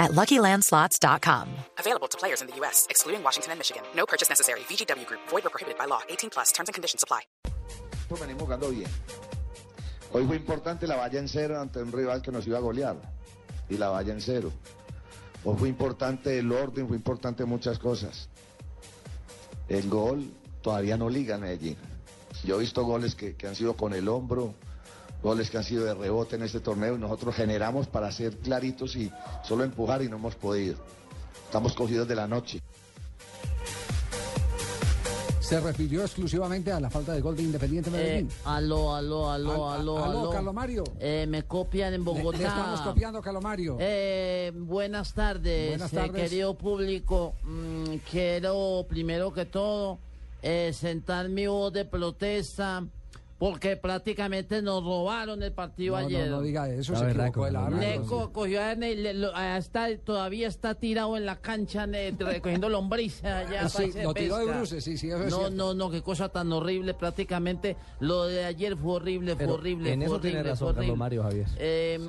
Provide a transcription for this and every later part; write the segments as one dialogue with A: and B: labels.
A: at luckylandslots.com.
B: Available to players in the U.S., excluding Washington and Michigan. No purchase necessary. VGW Group, void or prohibited by law. 18 plus terms and conditions apply.
C: Nosotros venimos jugando bien. Hoy fue importante la valla en cero ante un rival que nos iba a golear. Y la valla en cero. Hoy fue importante el orden, fue importante muchas cosas. El gol todavía no liga en Medellín. Yo he visto goles que, que han sido con el hombro, goles que han sido de rebote en este torneo y nosotros generamos para ser claritos y solo empujar y no hemos podido. Estamos cogidos de la noche.
D: Se refirió exclusivamente a la falta de gol de Independiente
E: Eh,
D: Medellín.
E: aló, aló, aló,
D: Al- aló,
E: aló, aló.
D: Calomario.
E: Eh, me copian en
D: Le,
E: Bogotá.
D: le estamos copiando, Calomario.
E: Eh, buenas tardes,
D: Buenas
E: eh,
D: tardes.
E: querido público. Mm, quiero, primero que todo, eh, sentar mi voz de protesta porque prácticamente nos robaron el partido
D: no, no,
E: ayer.
D: no diga eso, se equivocó el árbitro.
E: Leco cogió a Erne y le- lo- ah, está- todavía está tirado en la cancha ne- recogiendo lombrices allá.
D: Ah, Sí,
E: parece
D: lo tiró de
E: pesca.
D: bruces, sí, sí, eso es
E: No,
D: cierto.
E: no, no, qué cosa tan horrible. Prácticamente lo de ayer fue horrible, fue horrible. Eh, En eso tiene razón, Mario Javier. Em,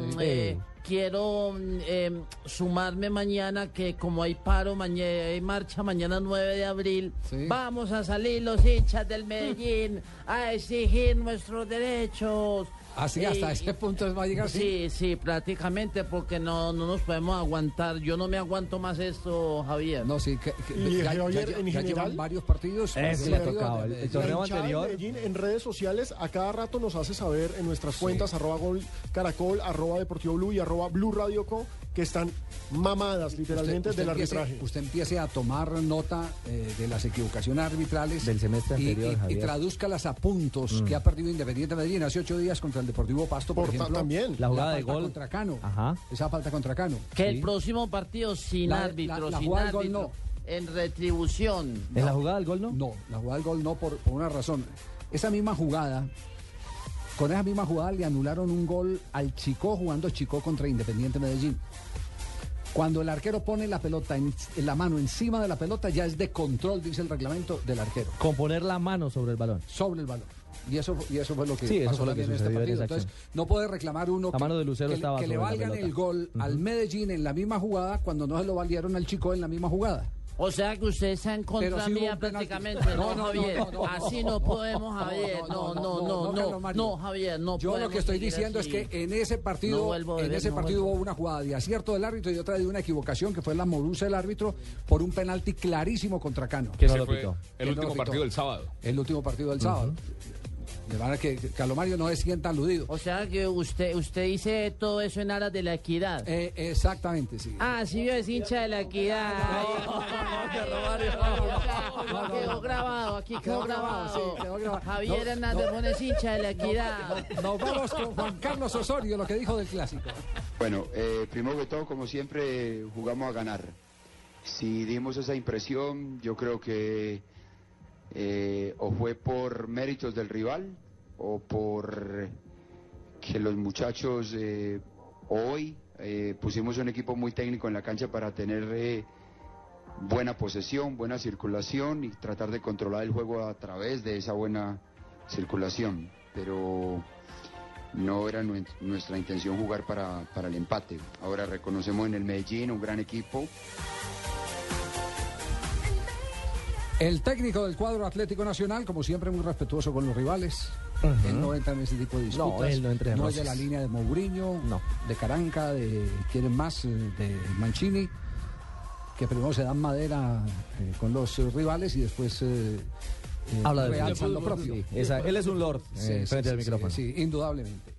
E: quiero mm, eh, sumarme mañana que como hay paro, mañana, hay marcha mañana 9 de abril,
D: Sí.
E: vamos a salir los hinchas del Medellín a exigir nuestros derechos.
D: Así, Ah, hasta ese punto es- va a llegar, sí.
E: Sí, sí, prácticamente, porque no, no nos podemos aguantar. Yo no me aguanto más esto, Javier.
D: No, sí, que, que-
F: ¿Y
D: ya,
F: Javier,
D: ya-
F: en
D: ya
F: general?
D: llevan varios partidos.
G: Eso le
D: partidos eh,
G: tocaba.
D: Pues de-
G: El,
D: de-
G: el torneo
F: hinchada de
G: anterior.
F: Medellín en redes sociales a cada rato nos hace saber en nuestras cuentas arroba gol caracol, arroba deportivo blue y arroba blue radio co que están mamadas literalmente
D: usted
F: del
D: empiece-
F: arbitraje.
D: Usted empiece a tomar nota eh, de las equivocaciones arbitrales
G: Del semestre
D: y-
G: anterior,
D: y- y,
G: Javier. Mm.
D: tradúzcalas a puntos que ha perdido Independiente Medellín hace ocho días contra el Deportivo Pasto, por,
F: Por ta-
D: ejemplo.
F: también.
G: La jugada de
D: falta
G: gol.
D: contra Cano.
G: Ajá.
D: Esa falta contra Cano.
E: Que el próximo partido sin
D: La- la-
E: árbitro,
D: la
E: sin
D: jugada del
E: árbitro,
D: gol
E: en retribución.
G: ¿En la jugada del gol no?
D: No, la jugada del gol no por, por una razón. Esa misma jugada, con esa misma jugada le anularon un gol al Chico jugando Chico contra Independiente Medellín. Cuando el arquero pone la pelota en, en la mano encima de la pelota, ya es de control, dice el reglamento del arquero,
G: Con poner la mano sobre el balón.
D: sobre el balón. Y eso, y eso fue lo que
G: Sí, eso
D: pasó
G: fue lo que
D: también en este
G: sucedió en
D: partido.
G: esa
D: Entonces,
G: acción.
D: no puede reclamar uno
G: La mano de Lucero
D: que,
G: estaba
D: que le
G: sobre la
D: valgan
G: pelota.
D: el gol al Medellín en la misma jugada cuando no se lo valieron al Chico en la misma jugada.
E: O sea que usted está en
D: Pero
E: contra
D: sí hubo
E: mía
D: un penalti. No,
E: prácticamente, no,
D: no, no,
E: Javier.
D: no, no,
E: así
D: no,
E: no,
D: no,
E: podemos,
D: no,
E: Javier. No, no, no,
D: Carlos
E: no, no,
D: Mario.
E: Javier, no
D: Yo lo
E: podemos
D: que estoy
E: seguir
D: diciendo
E: así.
D: es que en e- ese
E: No
D: partido,
E: vuelvo a
D: en
E: beber,
D: ese
E: no
D: partido
E: vuelvo.
D: hubo una jugada de acierto del árbitro y otra de una equivocación que fue la morusa del árbitro por un penalti clarísimo contra Cano.
G: Que no
H: Ese
G: lo
H: fue
G: pitó.
D: Que
H: El
D: no
H: último
D: lo pitó.
H: partido del sábado.
D: El último partido del sábado. De manera que que Calomario no se sienta aludido.
E: O sea que usted, usted dice todo eso en aras de la equidad.
D: Eh, exactamente, sí.
E: Ah, sí, yo es hincha de la equidad.
D: no, no.
E: Quedó grabado, aquí quedó
D: Quedó grabado,
E: grabado.
D: sí, quedó grabado.
E: Javier
D: No,
E: Hernández
D: no.
E: Bonet es hincha de la equidad.
D: Nos vamos con Juan Carlos Osorio, lo que dijo del clásico.
I: Bueno, eh, primero que todo, como siempre, jugamos a ganar. Si dimos esa impresión, yo creo que eh, o fue por méritos del rival o por que los muchachos eh, hoy eh, pusimos un equipo muy técnico en la cancha para tener eh, buena posesión, buena circulación y tratar de controlar el juego a través de esa buena circulación. Pero no era nue- nuestra intención jugar para, para el empate. Ahora reconocemos en el Medellín un gran equipo,
D: El técnico del cuadro Atlético Nacional, como siempre, muy respetuoso con los rivales. Él no entra en ese tipo de disputas.
G: No, él no entra en
D: es de la
G: roces.
D: línea de Mourinho,
G: No.
D: de Caranca, de quieren más, eh, de Mancini, que primero se dan madera eh, con los eh, rivales y después eh, eh,
G: Habla de
D: realzan lo propio.
G: Sí, esa- él es un lord eh,
D: Sí, sí,
G: frente al
D: sí,
G: micrófono.
D: sí, sí, indudablemente.